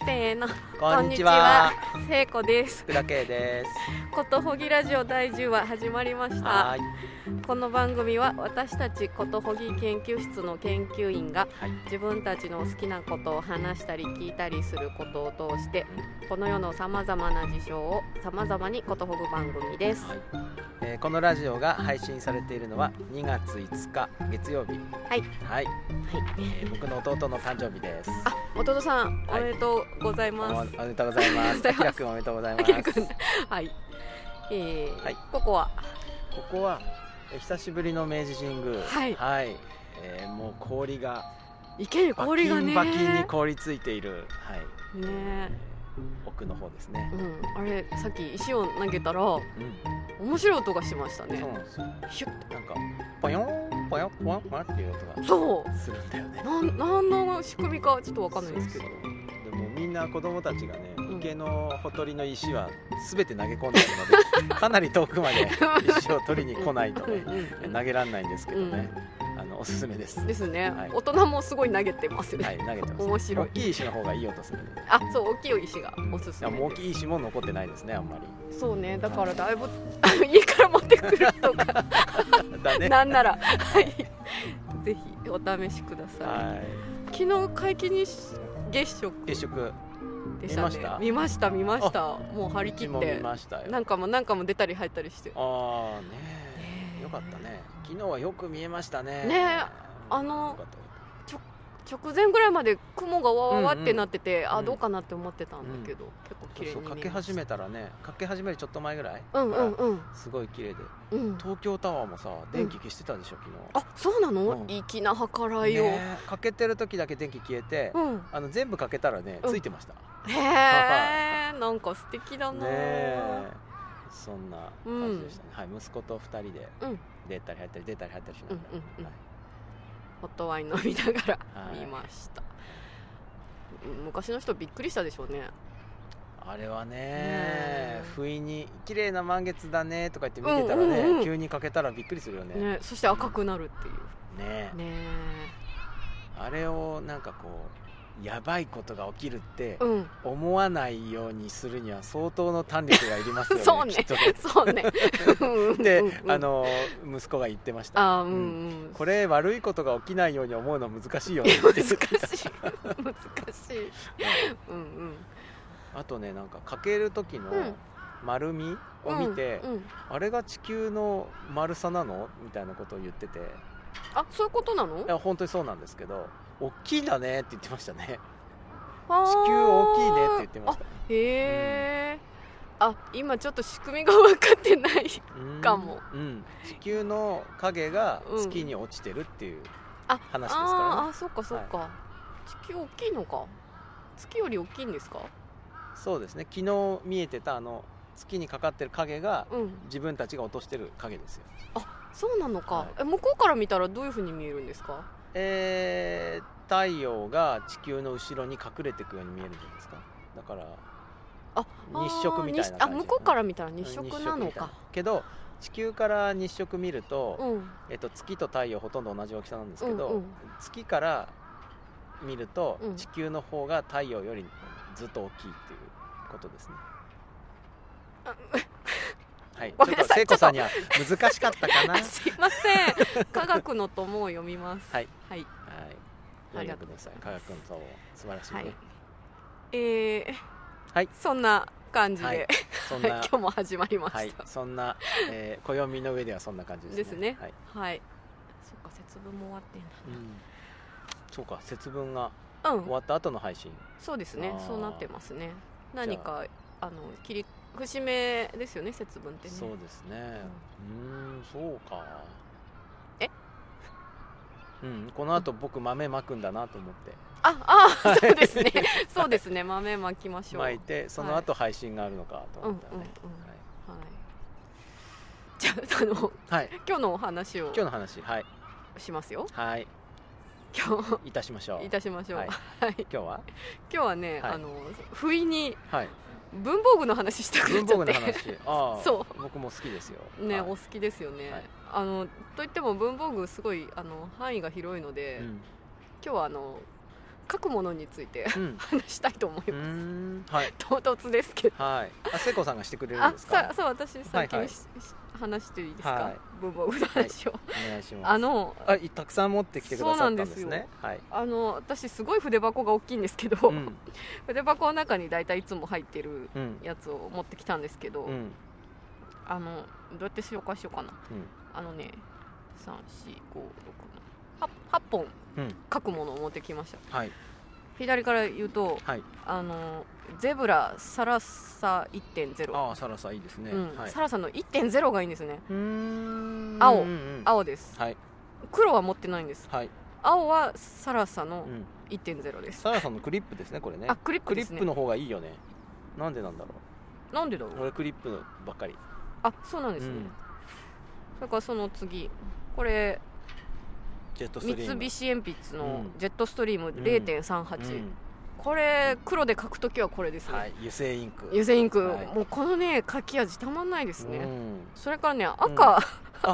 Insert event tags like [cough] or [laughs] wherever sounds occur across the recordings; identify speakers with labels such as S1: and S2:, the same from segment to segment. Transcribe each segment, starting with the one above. S1: せーの
S2: こんにちは
S1: こんにちは聖子です
S2: 福田圭です
S1: ことほぎラジオ第10話始まりました
S2: はーい
S1: この番組は私たちことほぎ研究室の研究員が
S2: はい
S1: 自分たちの好きなことを話したり聞いたりすることを通してこの世のさまざまな事象をさまざまにことほぐ番組です
S2: はいえーこのラジオが配信されているのは2月5日月曜日
S1: はい
S2: はい、
S1: はい
S2: えー僕の弟の誕生日です
S1: あ弟さんお
S2: はい
S1: めでとうござい
S2: おお
S1: ます
S2: めでとうございま
S1: あ
S2: す
S1: りがとうございま
S2: あ
S1: す
S2: きらくんおめでとうござい
S1: あ
S2: ま
S1: き
S2: す
S1: らくんはいえー
S2: はい
S1: ここは
S2: ここはえー久しぶりの明治神宮
S1: はい
S2: えーもう氷が
S1: 池に
S2: バ
S1: 氷
S2: キ
S1: がね
S2: ンバキンに凍りついている、はい、
S1: ねえ
S2: 奥の方ですね
S1: う、ん、あれさっき石を投げたら
S2: うん
S1: 面白い音がしましたね
S2: そうなんですよ
S1: ヒュッ
S2: なんかポヨンポヨンポヨンポヨンっていう音が
S1: そ
S2: するんだよね
S1: うなん何の仕組みかちょっとわかんないですけど
S2: そうそうでもみんな子供たちがね
S1: ん
S2: 池のほとりの石は全て投げ込んでる
S1: [laughs]
S2: のでかなり遠くまで石を取りに来ないとね
S1: うんうんうん
S2: 投げられないんですけどね、あのおすすめです。
S1: ですね、
S2: はい
S1: 大人もすごい投げてますね、
S2: はい、投げてます。
S1: 面白い
S2: 大きい石の方がいい音するね。
S1: あそう大きい石がおす
S2: い
S1: す
S2: や、
S1: め
S2: もう大
S1: です
S2: きい石も残ってないですね、あんまり。
S1: [laughs] そうねだからだいぶ [laughs] 家から持ってくるとか
S2: だ [laughs] ね。
S1: なんならはいぜひお試しください、
S2: は
S1: 昨日皆既に月食
S2: い。月食、
S1: でしたね見
S2: 見
S1: ました見ましたもう張り
S2: うち
S1: 切
S2: も
S1: っ
S2: 見
S1: て
S2: ましたよ。
S1: なんかもなんかも出たり入ったりして
S2: ああ、ね
S1: ねえ
S2: え。よかったね。昨日はよく見えましたね。
S1: ねえあの
S2: よかったよかっ
S1: 直前ぐらいまで雲がわわわってなってて、
S2: ん
S1: あどうかなって思ってたんだけど、結構
S2: た
S1: 綺麗
S2: そ
S1: に見
S2: うそう、
S1: えま
S2: か
S1: した
S2: け始めたらね、かけ始めるちょっと前ぐらい。
S1: うんうんうん
S2: すごい綺麗で
S1: うん
S2: 東京タワーもさ電気消してたでしょ、昨
S1: あそうなの、
S2: うん
S1: 粋な計ら
S2: 日
S1: いを、
S2: ねえかけてる時だけ電気消えて、
S1: うん
S2: あの全部かけたらね
S1: うん
S2: ついてました、
S1: へえんか素敵だ
S2: ね
S1: な、
S2: えそんな感じでしたね、はい息子と二人で
S1: うん
S2: 出たり入ったり出たり入ったりしながら、
S1: うんうんうん
S2: はい
S1: ホットワイン飲みながら
S2: はい
S1: 見ました、昔の人びっくりしたでしょうね
S2: あれはね
S1: ねえ
S2: 不意に「綺麗な満月だね」とか言って見てたらね、
S1: うんうんうん
S2: 急にかけたらびっくりするよねね
S1: ねそして赤くなるっていう
S2: え
S1: ね
S2: あれをなんかこうやばいことが起きるって
S1: えうん
S2: 思わないようにするには相当の胆力がいりますよね
S1: そう [laughs] ね
S2: きっとね
S1: そうね
S2: [laughs] で、
S1: うんうんうん
S2: あの息子が言ってました
S1: あーうん
S2: うん
S1: うん
S2: これ悪いことが起きないように思うの難しいよ
S1: い [laughs]
S2: ね
S1: や難しい難しいうんうん
S2: あとねなんかかける時の
S1: うん
S2: 丸みを見て、
S1: うんうん
S2: あれが地球の丸さなのみたいなことを言っててい
S1: あそういうことなの
S2: や本当にそうなんですけど大きいんだねって言ってましたね
S1: あ
S2: 地
S1: ー
S2: 球大きいねって言ってました
S1: あへえ、あ今ちょっと仕組みが分かってない
S2: うん
S1: かも
S2: うん地球の影が月に落ちてるっていう
S1: あ
S2: 話ですからね
S1: あーあーそっかそっか、地球大きいのか月より大きいんですか
S2: そうですね昨日見えてたあの月にかかってる影が
S1: うん
S2: 自分たちが落としてる影ですよ
S1: そうなのか、
S2: はい
S1: え向こうから見たらどういうふうに見えるんですか
S2: えー、太陽が地球の後ろに隠れていくように見えるんじゃないですかだから
S1: あ
S2: 日食みたいな感じ
S1: あー日あ向こうから見たら
S2: うん
S1: 日食なの
S2: みたい
S1: か
S2: けど地球から日食見ると、
S1: うん
S2: えっと、月と太陽ほとんど同じ大きさなんですけど、
S1: うんうん
S2: 月から見ると、
S1: うん
S2: 地球の方が太陽よりずっと大きいっていうことですね
S1: あ
S2: [laughs] はい、ちょ
S1: ご
S2: っ
S1: めんな
S2: と
S1: さい
S2: 聖子さんには難しかったかな
S1: あすいませ
S2: [laughs]
S1: ん科学の友を読みます
S2: はい、
S1: はい
S2: はい、
S1: あり
S2: や
S1: がと
S2: って
S1: うご
S2: くだ
S1: ざ
S2: さ
S1: い
S2: い
S1: ます
S2: 科学の塔素晴らしいね、
S1: はいえー
S2: はい
S1: そんな感じで、
S2: はいそん
S1: [laughs] 今
S2: な
S1: 日も始まりました、
S2: はい、そんな、えー、暦の上ではそんな感じですね。
S1: ですね
S2: はい、
S1: はい。そっか節分も終わってん
S2: うんそうか、節分が
S1: だ。う
S2: 終
S1: ん。
S2: わった後の配信。
S1: そうですね
S2: あ。ー
S1: そうなってますね。何かあの切り節目ですよね節分ってね。
S2: そうですね。うーん、そうか。
S1: え。
S2: うん、この後僕豆まくんだなと思っ
S1: あ
S2: [laughs]
S1: あそうですね
S2: は。。
S1: そうですね。豆まきましてょう。は
S2: 巻
S1: い
S2: い。て、その後配信があるのかと思ったらね。
S1: うんうんうんじゃああの [laughs]
S2: はい、はい、
S1: 今日のお話を
S2: 今日の話、はい、
S1: しますよ。
S2: はい、
S1: 今
S2: いたしましょう。
S1: 日いたしましょう。
S2: は
S1: はいい。
S2: 今日は。
S1: 今日はね
S2: はい
S1: あの不意に [laughs]
S2: はい、
S1: 文房具の話したくなっ
S2: 文
S1: ち
S2: 房
S1: ゃ
S2: 具
S1: っ
S2: の
S1: て。
S2: 話。ああ、、
S1: [laughs] そう
S2: 僕も好きですよ。
S1: ね、
S2: はい
S1: お好きですよね、
S2: はい
S1: あのといっても文房具すごいあの範囲が広いので、
S2: うん
S1: 今日はあの書くものについ
S2: [laughs]
S1: て
S2: うん
S1: 話したいと思いう
S2: ー
S1: ます、
S2: んはい
S1: 唐突ですけど
S2: はいあ聖子さんがしてくれるん
S1: あ
S2: です
S1: さ
S2: か
S1: そう私最近、
S2: はいはい
S1: しし話していいですか、
S2: はい
S1: ブンブンブンの話を、
S2: お願いします
S1: あの
S2: あいたくさん持ってきてくださったんです
S1: そうなん
S2: ねはい
S1: あの私すごい筆箱が大きいんですけど、
S2: うん
S1: 筆箱の中に大体いつも入ってる
S2: うん
S1: やつを持ってきたんですけど、
S2: うん
S1: あのどうやって紹介しようかな
S2: うん
S1: あのね34567 8, 8本
S2: うん
S1: 書くものを持ってきました
S2: はい
S1: 左から言うと
S2: はい
S1: あのゼブラサラサ1.0、
S2: ああサラさいいですね
S1: うん
S2: はい
S1: サラサの1.0がいいんですね
S2: うーん
S1: 青
S2: うんうん
S1: 青です
S2: はい
S1: 黒は持ってないんです
S2: はい
S1: 青はサラサの
S2: うん
S1: 1.0です、
S2: サラさんのクリップですねこれね
S1: あクリップ
S2: ク
S1: で
S2: リ
S1: す
S2: ッ
S1: ね
S2: プの方がいいよねなんでなんだろ
S1: なんでだろ
S2: う
S1: う
S2: 俺クリップのばっかり
S1: あそうなんで
S2: う
S1: すね、
S2: ん
S1: それからその次これ
S2: ジェットス
S1: 三
S2: トリーム
S1: 菱鉛筆の
S2: うん
S1: ジェットストリーム0.38、
S2: うん
S1: これ黒で書くときはこれですね、
S2: はい油性インク
S1: 油性インク、
S2: はい
S1: もうこのね書き味たまんないですね、
S2: うん
S1: それからね赤、
S2: うん
S1: [laughs]
S2: あ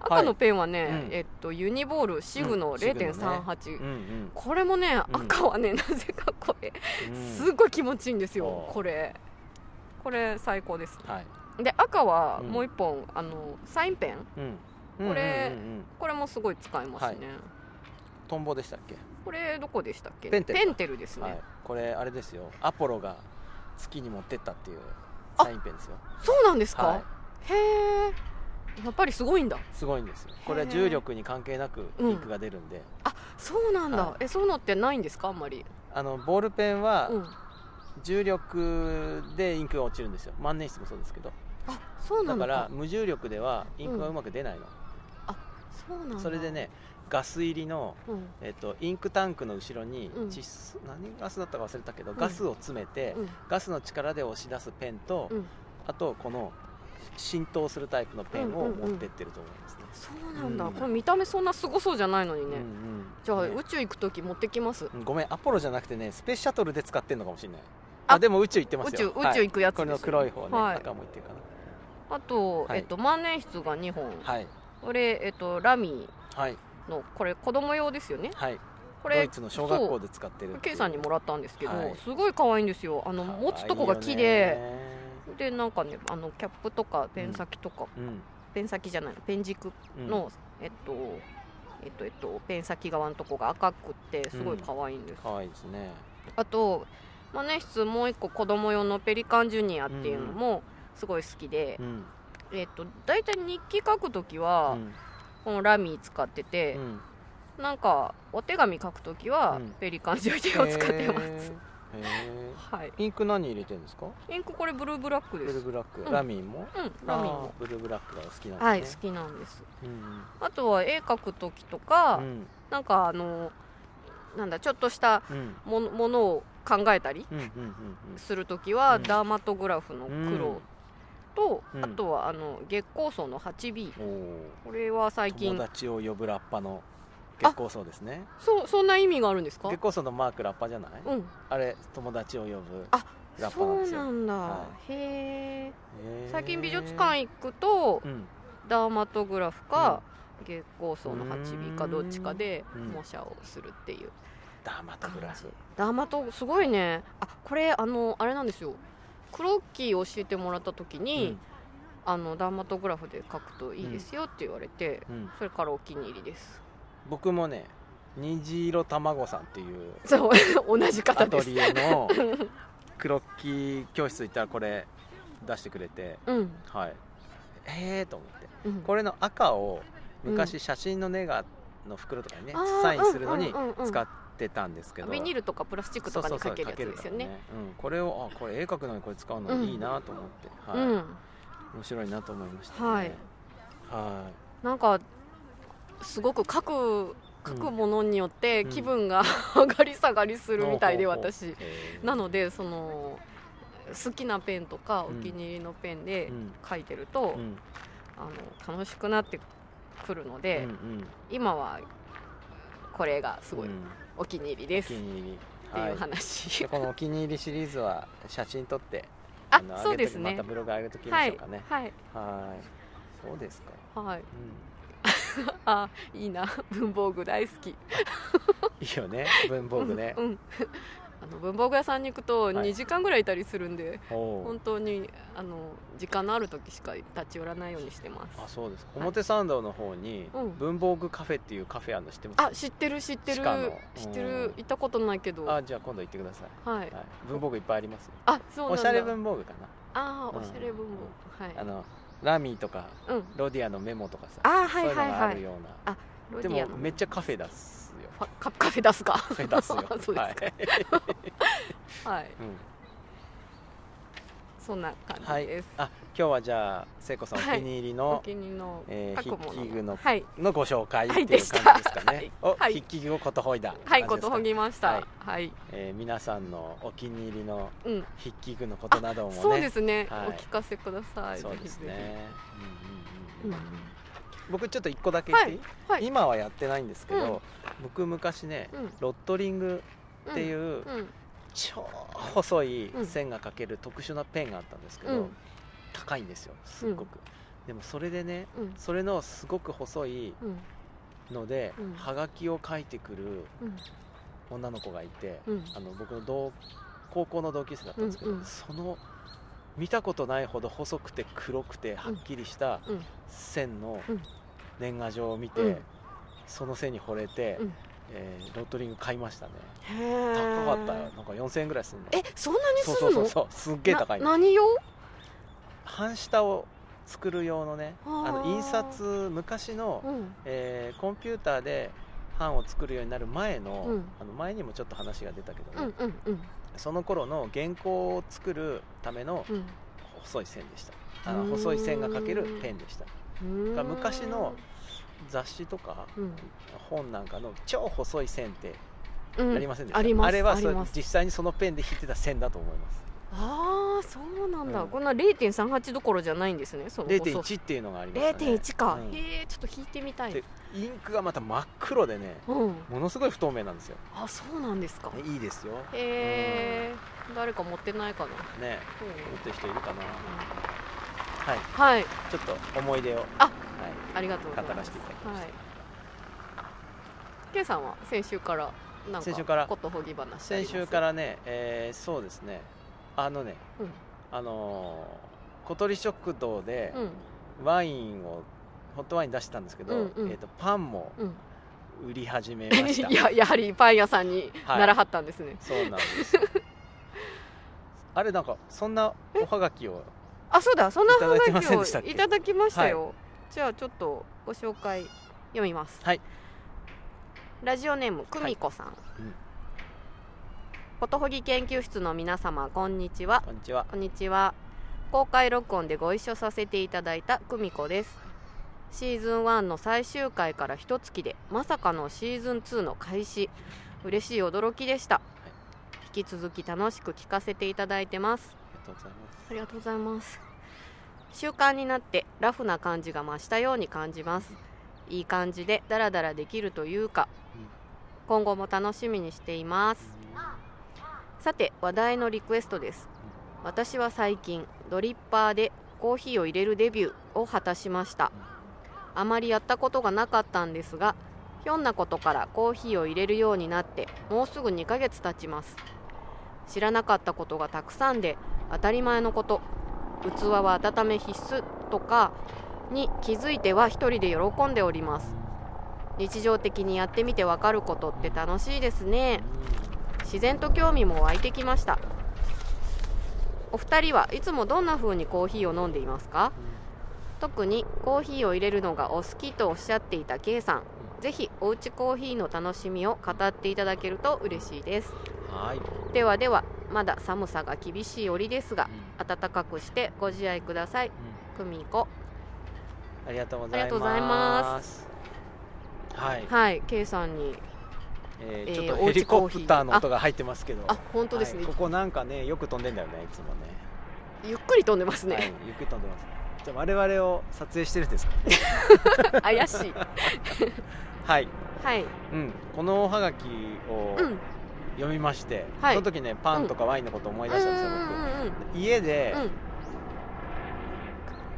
S1: 赤のペンはね、
S2: うん
S1: えっとユニボールシグの
S2: うんシグのね
S1: 0.38、
S2: うんうん
S1: これもね
S2: うん
S1: 赤はね、 [laughs] なぜかこれ
S2: うん
S1: すごい気持ちいいんですよ
S2: あー
S1: これこれ最高です
S2: はい
S1: で赤は
S2: うん
S1: もう一本、あのサインペン
S2: うん
S1: これ
S2: うんうんうんうん
S1: これもすごい使いますね、
S2: トンボでしたっけ
S1: これどこでしたっけ
S2: ペンテルか
S1: テルですね、
S2: はいこれあれですよアポロが月に持ってったっていう
S1: あ
S2: サインペンですよ
S1: そうなんですか、
S2: は
S1: へえやっぱりすごいんだ
S2: いすごいんですよこれは重力に関係なくインクが出るんで
S1: そうなんだ、
S2: はい
S1: えそういうのってないんですかあんまり
S2: あのボールペンは
S1: うん
S2: 重力でインクが落ちるんですよ万年筆もそうですけど
S1: あそうな
S2: だ
S1: ん
S2: か
S1: だ
S2: ら無重力ではインクがうまく出ないの、
S1: そうなんだ
S2: それでねガス入りの、
S1: うん
S2: えっと、インクタンクの後ろに
S1: うん
S2: 窒素、何ガスだったか忘れたけど、
S1: ん
S2: ガスを詰めて、
S1: うん
S2: ガスの力で押し出すペンと、
S1: うん
S2: あとこの浸透するタイプのペン
S1: うん
S2: を
S1: うんうん
S2: 持ってってると思いますね、
S1: そうなんだ、
S2: うん
S1: これ見た目そんなすごそうじゃないのに
S2: うん
S1: ね、
S2: うん
S1: じゃあ、
S2: ね
S1: 宇宙行く時持ってきます
S2: うんごめんアポロじゃなくてねスペースシャトルで使ってんのかもしれない
S1: あ
S2: あでも宇宙行ってま
S1: 宇
S2: す
S1: 宙
S2: よ
S1: 宇
S2: は
S1: 宙
S2: い
S1: 行くやつです
S2: これの黒い方ね、
S1: はい、
S2: 赤も行ってるか
S1: あと、
S2: はい
S1: えっと、万年筆が2本、
S2: なはい
S1: これ、えっと、ラミ
S2: はい
S1: ーのこれ子供用ですよね
S2: はい
S1: こ
S2: ド
S1: れ
S2: イツの小学校
S1: で
S2: で使ってる
S1: K さんにもらったんですけど、
S2: はい
S1: すごい可愛いんですよあの持つとこが木ででなんかねあのキャップとかペン先とか、
S2: 可愛いよね
S1: ペン先じゃないペン軸
S2: うんうん
S1: の、えっとえっとえっと、ペン先側のとこが赤くってすごい可愛いんです、
S2: 可愛いですね
S1: あと万年筆もう一個子供用のペリカンジュニアっていうのもすごい好きで、
S2: うん
S1: えっと大体日記書く時
S2: う
S1: は
S2: ん
S1: このラミー使って
S2: う
S1: て、
S2: ん
S1: なんかお手紙書く時は
S2: うん
S1: ペリカンジュニアを使ってます、
S2: へーへ
S1: はい
S2: ーインク何入れてるんですか
S1: インクこれブルーブラック
S2: ブ
S1: です
S2: ルーブラック、
S1: うん
S2: ラミンも
S1: うんラミー
S2: あ
S1: も
S2: ーブルーブラックが好きなんですね
S1: はい好きなんです
S2: うん
S1: あとは絵描く時とか、
S2: うん
S1: なんかあのなんだちょっとした
S2: うん
S1: ものものを考えたり
S2: うんうんうん
S1: する時は、
S2: うん
S1: ダーマトグラフの黒と、
S2: うん
S1: あとはあの月光層の 8B
S2: うんお
S1: これは
S2: ー
S1: 最近
S2: 友達を呼ぶラッパの月光層ですね
S1: そうそんな意味があるんですか
S2: 月光層のマークラッパじゃない、
S1: うん
S2: あれ友達を呼ぶ
S1: あ
S2: ラッパ
S1: そ
S2: なんで
S1: う
S2: すよ
S1: なんだ、
S2: は
S1: へえ
S2: へー
S1: 最近美術館行くと、
S2: うん
S1: ダーマトグラフか、月光層の 8B かどっちかで
S2: うん
S1: 模写をするっていう、
S2: ダーマトグラフ
S1: ダーマトすごいねあこれあのあれなんですよクロッキーを教えてもらった時に、あのダーマトグラフで描くといいですよって言われて、
S2: うんうん
S1: それからお気に入りです
S2: 僕もね虹色卵さんっていう
S1: そう同じ方
S2: ア
S1: で
S2: ト
S1: す
S2: リエ
S1: [laughs]
S2: のクロッキー教室行ったらこれ出してくれて
S1: うん、
S2: はいえーと思って
S1: うん、
S2: これの赤を
S1: う
S2: 昔写真のネガの袋とかにね、
S1: あー
S2: サインするのに
S1: うんうんうんうん
S2: 使ってたんですけど、
S1: ビニールとかプラスチックとかに
S2: そう
S1: か
S2: そう
S1: け
S2: そう
S1: るやつですよね
S2: かけるからねうん、これをあこれ絵描くのにこれ使うのいいなと思って、
S1: う
S2: はい
S1: ん
S2: 面白いなと思いました、ね、
S1: はい
S2: は
S1: なんかすごく書く
S2: う
S1: 書
S2: ん
S1: くものによって
S2: うん
S1: 気分が上がり下がりす
S2: い
S1: るみたいで
S2: ほうほうほう
S1: 私
S2: へー
S1: なのでその好きなペンとかお
S2: うん
S1: 気に入りのペンで
S2: うん
S1: 書いてると、
S2: うん
S1: あの楽しくなってくるので、
S2: うんうん
S1: 今はこれがすごい
S2: うん
S1: お気に入り
S2: お
S1: です、
S2: 気に入り
S1: っていう
S2: はい
S1: 話、
S2: でこのお気に入りシリーズは写真撮って
S1: あ
S2: の
S1: そう
S2: 上げ
S1: で
S2: とき
S1: すね
S2: またブログ上げときま
S1: は
S2: しょう
S1: い
S2: かね
S1: はい
S2: はいそうですか、
S1: はい
S2: うん
S1: あいいな文房具大好き
S2: いいよね文房具ね
S1: う、ん [laughs] うんあの文房具屋さんに行くと
S2: はい
S1: 2時間ぐらいいたりするんで、
S2: おう
S1: 本当にあの時間のある時しか立ち寄らないようにしてま
S2: あ
S1: す
S2: そうですか表参道の方に
S1: うん
S2: 文房具カフェっていうカフェあるの知ってます
S1: あ知ってる知ってる
S2: 地下の
S1: 知って
S2: う
S1: る
S2: ん
S1: 行ったことないけどは
S2: あじゃあ今度行ってください、
S1: い
S2: はい、文房具いっぱいありますよ
S1: あそうなんだ
S2: おしゃれ文房具かな
S1: あ
S2: う
S1: ー
S2: ん
S1: おしゃれ文房具はい
S2: あのラミーとか
S1: うん
S2: ロディアのメモとかさ
S1: あー
S2: そ
S1: は
S2: う
S1: いう
S2: い
S1: はい
S2: のがあ
S1: は
S2: る
S1: い
S2: ような、
S1: あロディア
S2: で
S1: の
S2: もめっちゃカフェ出すよ
S1: ファカカフェ出すか [laughs]
S2: カフェ出すよ
S1: そうですか
S2: はい
S1: はい
S2: うん
S1: そんな感
S2: はい
S1: じです、
S2: あ今日はじゃあ聖子さんお気
S1: はい
S2: に入り
S1: お
S2: の、
S1: 気に入りの
S2: えー
S1: 各も
S2: 筆記具の
S1: はい
S2: のご紹介って
S1: はいいう
S2: 感
S1: で
S2: じです
S1: した
S2: かね、お
S1: はい
S2: 筆記具をことほいだ
S1: はい
S2: 感
S1: こ
S2: じです
S1: と
S2: か
S1: ほぎました
S2: はい
S1: はい、
S2: えー皆さんのお気に入りの
S1: うん
S2: 筆記具のことなどもね
S1: そうですね、
S2: はい
S1: お聞かせください
S2: そうです
S1: ぜ
S2: ねう
S1: ひぜ
S2: んうんうんうん
S1: ひ
S2: 僕ちょっと一個だけ言っていい、
S1: はいはい
S2: 今はやってないんですけど、僕昔ね、
S1: うん、
S2: ロットリングっていうう
S1: うんうん
S2: 超細い
S1: うん
S2: 線が描ける特殊なペンがあったんですけど、
S1: うん
S2: 高いんですよすっごく、でもそれでね
S1: うん
S2: それのすごく細い
S1: うん
S2: ので、
S1: うん
S2: はがきを書いてくる
S1: うん
S2: 女の子がいて、
S1: うん
S2: あの僕の同高校の同級生だったんですけど、
S1: うんうん
S2: その見たことないほど細くて黒くてはっきりした
S1: うん
S2: 線の
S1: うん
S2: 年賀状を見て、
S1: うん
S2: その線に惚れて、
S1: うん
S2: えーロットリング買いましたね
S1: へ
S2: 高
S1: ー
S2: かったよなんか4000円ぐらいするの
S1: えそんなにす
S2: そう
S1: るの
S2: そうそうそうすっげえ高い
S1: な
S2: の
S1: 何用
S2: 半下を作る用のね
S1: あー
S2: あの印刷昔の、
S1: うん
S2: えーコンピューターで版を作るようになる前の,、
S1: うん
S2: あの前にもちょっと話が出たけどね、
S1: うんうんうん
S2: その頃の原稿を作るための
S1: うん
S2: 細い線でしたあ
S1: う
S2: の
S1: ーん
S2: 細い線が描けるペンでした
S1: うー
S2: だ
S1: ん
S2: から昔の雑誌とか
S1: うん
S2: 本なんかの超細い線って
S1: うん
S2: ありませんでした、
S1: あります
S2: れはそ
S1: あり
S2: れ
S1: ます
S2: 実際にそのペンで引いてた線だと思います
S1: ああそうなんだ、
S2: うん
S1: こんな0.38どころじゃないんですねその細さ
S2: 0.1っていうのがありました、ね、
S1: 0.1か、
S2: うん
S1: へえちょっと引いてみたい
S2: でインクがまた真っ黒でね
S1: うん
S2: ものすごい不透明なんですよ
S1: あそうなんですか、
S2: ねいいですよね
S1: へえ誰か持ってないかなそうね
S2: 持ってる人いるかな
S1: うん
S2: はい
S1: はい
S2: ちょっと思い出を
S1: あ
S2: はい
S1: ありがとうござい
S2: 語ら
S1: ます
S2: せていただきまし
S1: はいケイさんは先週からなん
S2: 先週から
S1: かことほぎ話あり
S2: 先
S1: ます
S2: 週からね、えーそうですねあのね、
S1: うん
S2: あのー小鳥食堂で
S1: うん
S2: ワインを、ホットワイン出したんですけど、
S1: うんうん
S2: えー、とパンも
S1: うん
S2: 売り始めまし
S1: [laughs]
S2: た
S1: いややはりパン屋さんに
S2: はい
S1: ならはったんですね、
S2: そうなんですよ [laughs] あれなんかそんなおはがきを
S1: あそうだそんなハ
S2: いただいてま
S1: ガキ
S2: せん
S1: を
S2: でしたっけ
S1: いただきましたよ、じゃあちょっとご紹介読みます
S2: はい
S1: ラジオネームくみこさん、
S2: うん
S1: ポトホギ研究室の皆様こんにちは
S2: こんにちは
S1: こんにちは公開録音でご一緒させていただいた久美子ですシーズン1の最終回から一月でまさかのシーズン2の開始嬉しい驚きでした引き続き楽しく聞かせていただいてます
S2: ありがとうございます
S1: ありがとうございます習慣になってラフな感じが増したように感じますいい感じでダラダラできるというか
S2: うん
S1: 今後も楽しみにしていますさて話題のリクエストです私は最近ドリッパーでコーヒーを入れるデビューを果たしましたあまりやったことがなかったんですがひょんなことからコーヒーを入れるようになってもうすぐ2ヶ月経ちます知らなかったことがたくさんで当たり前のこと器は温め必須とかに気づいては一人で喜んでおります日常的にやってみてわかることって楽しいですね自然と興味も湧いてきましたお二人はいつもどんな風にコーヒーを飲んでいますか特にコーヒーを入れるのがお好きとおっしゃっていた K さんぜひおうちコーヒーの楽しみを語っていただけると嬉しいです
S2: うんはい、
S1: ではではまだ寒さが厳しい折ですが
S2: うん
S1: 暖かくしてご自愛ください久美子
S2: ありがとうご
S1: あ
S2: ざ
S1: りが
S2: い
S1: とうござい
S2: ま
S1: ます
S2: はい、
S1: はい K さんに
S2: え
S1: えー
S2: ー、ちょっとヘリコプターの音が入ってますけど
S1: あ本当ですね、
S2: はいここなんかねよく飛んでんだよねいつもね
S1: ゆっくり飛んでます
S2: は
S1: ね、
S2: いゆっくり飛んでますじゃあ我々を撮影してるんですか
S1: [laughs] 怪しい
S2: はい、
S1: はい
S2: うん、このおはがきを
S1: うん
S2: 読みまして、
S1: はい
S2: その時ねパンとかワインのこと思い出したんですよ、
S1: うん
S2: 僕家で、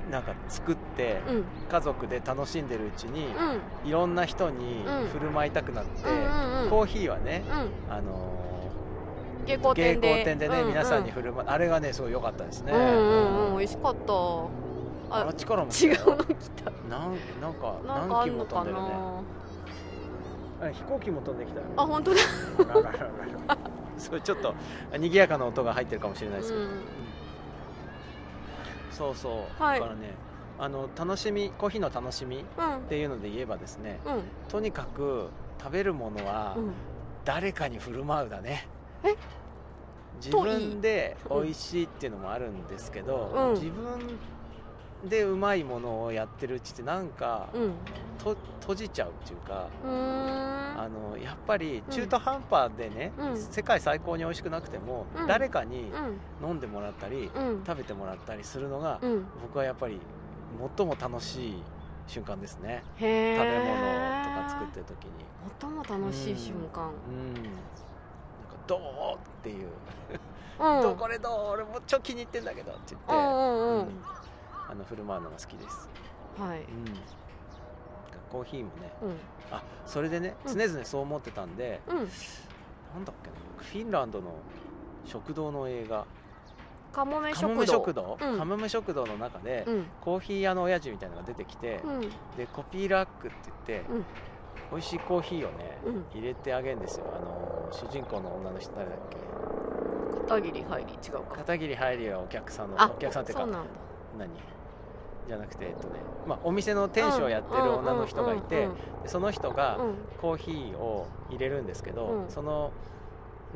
S1: うん
S2: なんか作って
S1: うんうん
S2: 家族で楽しんでるうちに
S1: うんうん
S2: いろんな人に
S1: うん
S2: 振る舞いたくなって、
S1: うん
S2: コーヒーはね、
S1: うん
S2: あの
S1: 蛍
S2: ー
S1: 光
S2: 芸
S1: 点で
S2: 光店でね、
S1: うう
S2: 皆さんに振る舞いあれがねすごい良かったですね、
S1: うんうんうん美味しかった
S2: あ
S1: あ
S2: っちからも来
S1: 違
S2: た
S1: う
S2: よ
S1: の来た
S2: なんなんか
S1: なんかあ
S2: 何機
S1: ん
S2: も
S1: の
S2: 飛
S1: か
S2: んでるね
S1: な
S2: あ飛行機も飛んできたよ
S1: あ本当だ
S2: ラララララ [laughs] そうちょっと賑やかな音が入ってるかもしれないですけど、
S1: うん
S2: そうそう、
S1: はい
S2: だからねあの楽しみコーヒーの楽しみっ
S1: うん
S2: ていうので言えばですね
S1: うん
S2: とにかく食べるものは
S1: うん
S2: 誰かに振る舞うだね、
S1: え
S2: 自分で美味しいっていうのもあるんですけど、
S1: うん
S2: 自分でうまいものをやってるうちってなんか、
S1: うん
S2: と閉じちゃうっていうか、
S1: うーん
S2: あのやっぱり中途半端でね、
S1: うん
S2: 世界最高に美味しくなくても、
S1: うん
S2: 誰かに
S1: うん
S2: 飲んでもらったり、
S1: うん
S2: 食べてもらったりするのが、
S1: うん
S2: 僕はやっぱり最も楽しい瞬間ですね、
S1: へえ
S2: 食べ物とか作ってる時に
S1: 最も楽しい瞬間
S2: うんなんか「どう?」っていう
S1: う
S2: 「
S1: ん
S2: どうこれどう俺も超気に入ってんだけど」って言って、
S1: うんうんう
S2: うん
S1: ん
S2: あの振る舞うのが好きです、
S1: はい
S2: うん、なんかコーヒーもね
S1: うん
S2: あそれでね
S1: うん
S2: 常々そう思ってたんで、
S1: うん
S2: なんだっけな僕フィンランドの食堂の映画
S1: カモメ
S2: 「カ
S1: 食
S2: ム
S1: 堂
S2: メ食堂」
S1: うん
S2: カムメ食堂の中で、
S1: うん
S2: コーヒー屋の親父みたいなのが出てきて、
S1: うん
S2: でコピーラックって言って、
S1: うん
S2: 美味しいコーヒーをね、
S1: うん
S2: 入れてあげるんですよあの主人公の女の人誰だっけ
S1: 片桐入り違うか
S2: 片桐入りはお客さんの
S1: あ
S2: お客さんっていう
S1: そう
S2: か
S1: なんだ
S2: 何じゃなくてえっとね、まあ、お店の店主をやってる女の人がいてでその人
S1: うんう
S2: が
S1: ん
S2: コーヒーを入れるんですけど、
S1: うん
S2: その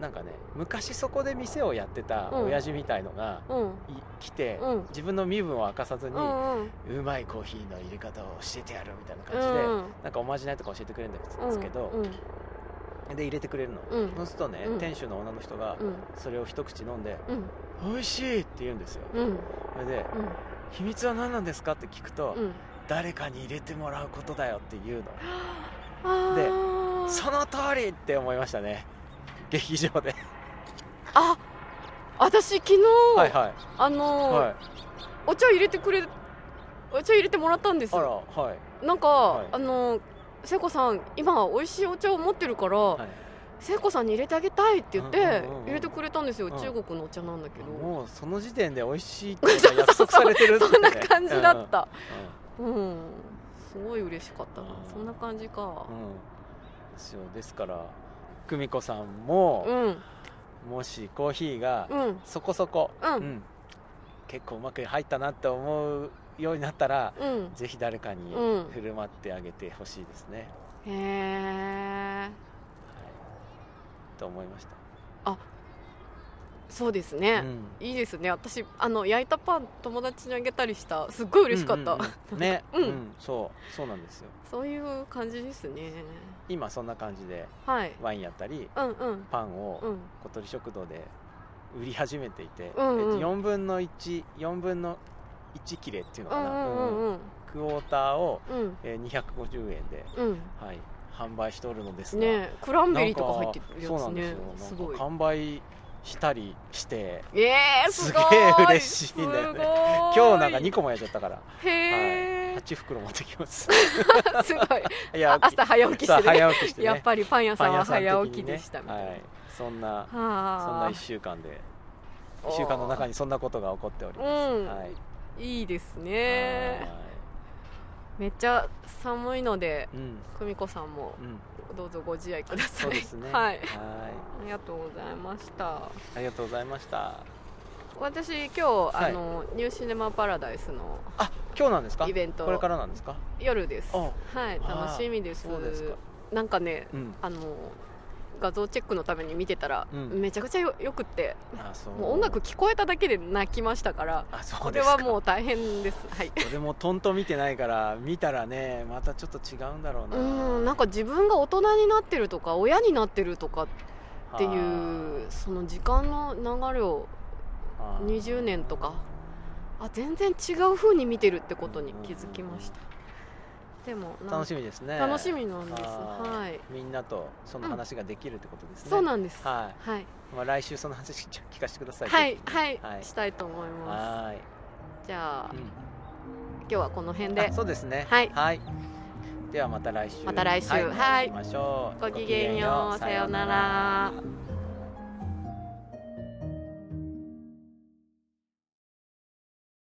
S2: なんかね昔そこで店をやってた
S1: うん
S2: 親父みたいのが、
S1: うんうん
S2: い来て、
S1: うん
S2: 自分の身分を明かさずに、
S1: う
S2: うん
S1: うん
S2: まいコーヒーの入れ方を教えてやるみたいな
S1: う
S2: 感じで、
S1: ん
S2: なんかおまじないとか教えてくれるんです
S1: うん
S2: けど、
S1: うん
S2: で入れてくれるの、
S1: うん
S2: そうするとね、
S1: うん
S2: 店主の女の人が
S1: うん
S2: それを一口飲んで
S1: うん
S2: 「美味しい!」って言うんですよ
S1: うん
S2: それで
S1: うん
S2: 「秘密は何なんですか?」って聞くと、
S1: うん
S2: 誰かに入れてもらうことだよ」って言う
S1: あ
S2: で
S1: ー
S2: のその通りって思いまし
S1: [laughs]
S2: たね劇場で
S1: あ私昨日
S2: はいはい
S1: あのー
S2: はい
S1: お茶入れてくれお茶入れてもらったんです
S2: あら
S1: よ
S2: はい
S1: なんか、
S2: はい
S1: あのー聖子さん今美味しいお茶を持ってるから、
S2: はい
S1: 聖子さんに入れてあげたいって言って
S2: うんうんうんうん
S1: 入れてくれたんですよ、
S2: うん
S1: 中国のお茶なんだけど、
S2: もうその時点で美味しいっていうのが約束されてるってね
S1: [laughs] そんな感じだった、
S2: うんうん
S1: うん、すごい嬉しかったな
S2: あー
S1: そんな感じか
S2: うんですよですから久美子さんも
S1: う、んうん
S2: もしコーヒーが
S1: うん
S2: そこそこ、
S1: うん
S2: 結構うまく入ったなって思うようになったら
S1: うん
S2: ぜひ誰かに
S1: うん
S2: 振る舞ってあげてほしいですね、
S1: へえ
S2: と思いました、
S1: そうですね
S2: う、ん
S1: いいですね私あの焼いたパン友達にあげたりしたすっごい嬉しかった、
S2: うんうんうんね、
S1: うん
S2: そうそうなんですよ
S1: そういう感じですね
S2: 今そんな感じで
S1: はい
S2: ワインやったり
S1: うんうん
S2: パンを
S1: うん
S2: 小鳥食堂で売り始めていて、
S1: うんうん
S2: えっと4分の14分の1切れっていうの
S1: う
S2: か
S1: んう
S2: な、
S1: ん
S2: うん
S1: うん
S2: クォーターを、
S1: うん
S2: えー250円で、
S1: うん
S2: はい、販売しておるのですが、
S1: ねえクラン
S2: な
S1: ベ
S2: ん
S1: リーとか入ってる
S2: そ
S1: や
S2: うな
S1: つ
S2: ん
S1: ね
S2: ですよ
S1: す
S2: なん
S1: ごい
S2: か完売したりして
S1: えー、すごい
S2: すげえ嬉しいんだよね
S1: すごーい
S2: 今日なんか2個もやっちゃったから
S1: へえ、
S2: 8袋持ってきます
S1: すごい
S2: い
S1: [laughs] あ
S2: や
S1: 朝早起きし
S2: さあ
S1: てね
S2: 早起きしてね
S1: やっぱりパン屋さんは
S2: パン屋
S1: 早
S2: さ
S1: 起
S2: ん的
S1: き
S2: にね
S1: でしたみたいな、
S2: はい、そんな
S1: は
S2: そんな
S1: あ
S2: 1週間で1週間の中にそんなことが起こっております、
S1: うん
S2: はい
S1: いいですね
S2: は
S1: めっちゃ寒いので
S2: いうん
S1: 久美子さんも
S2: うん
S1: どうぞご自愛ください
S2: そうです
S1: [laughs]
S2: ね
S1: はい
S2: は
S1: ありがとうございました
S2: いありがとうございました
S1: 私今日、
S2: はい
S1: あのニューシネマパラダイスの
S2: あ今日なんですか
S1: イベント
S2: これからなんですか
S1: 夜です
S2: あ
S1: はい
S2: あー
S1: 楽しみです
S2: そうですか
S1: なんかね
S2: うん
S1: あの画像チェックのために見てたら、
S2: うん
S1: めちゃくちゃよよくって
S2: あそう
S1: もう音楽聞こえただけで泣きましたから
S2: あそ
S1: こ
S2: う
S1: れ
S2: です
S1: は
S2: か
S1: もう大変ですはい
S2: 俺もトントン見てないから見たらねまたちょっと違うんだろう
S1: う
S2: な
S1: ーんなんか自分が大人になってるとか親になってるとかっていうその時間の流れを
S2: あー
S1: 20年とかあ全然違う風に見てるってことに気づきましたでもなんか
S2: 楽しみですね
S1: 楽しみなんです
S2: あー
S1: はい
S2: みんなとその話ができるってことですね、
S1: そうなんです
S2: は
S1: はい
S2: い、まあ、来週その話ちょっと聞かせてください
S1: はい
S2: ぜひ
S1: はい
S2: はい
S1: したいと思いま
S2: はーい
S1: すじゃあ
S2: うん
S1: 今日はこの辺
S2: あ
S1: で
S2: そうですね
S1: はい
S2: ではまた来週
S1: また来週
S2: はい、
S1: はい
S2: お会いしましょう
S1: ごきげんようさようなら。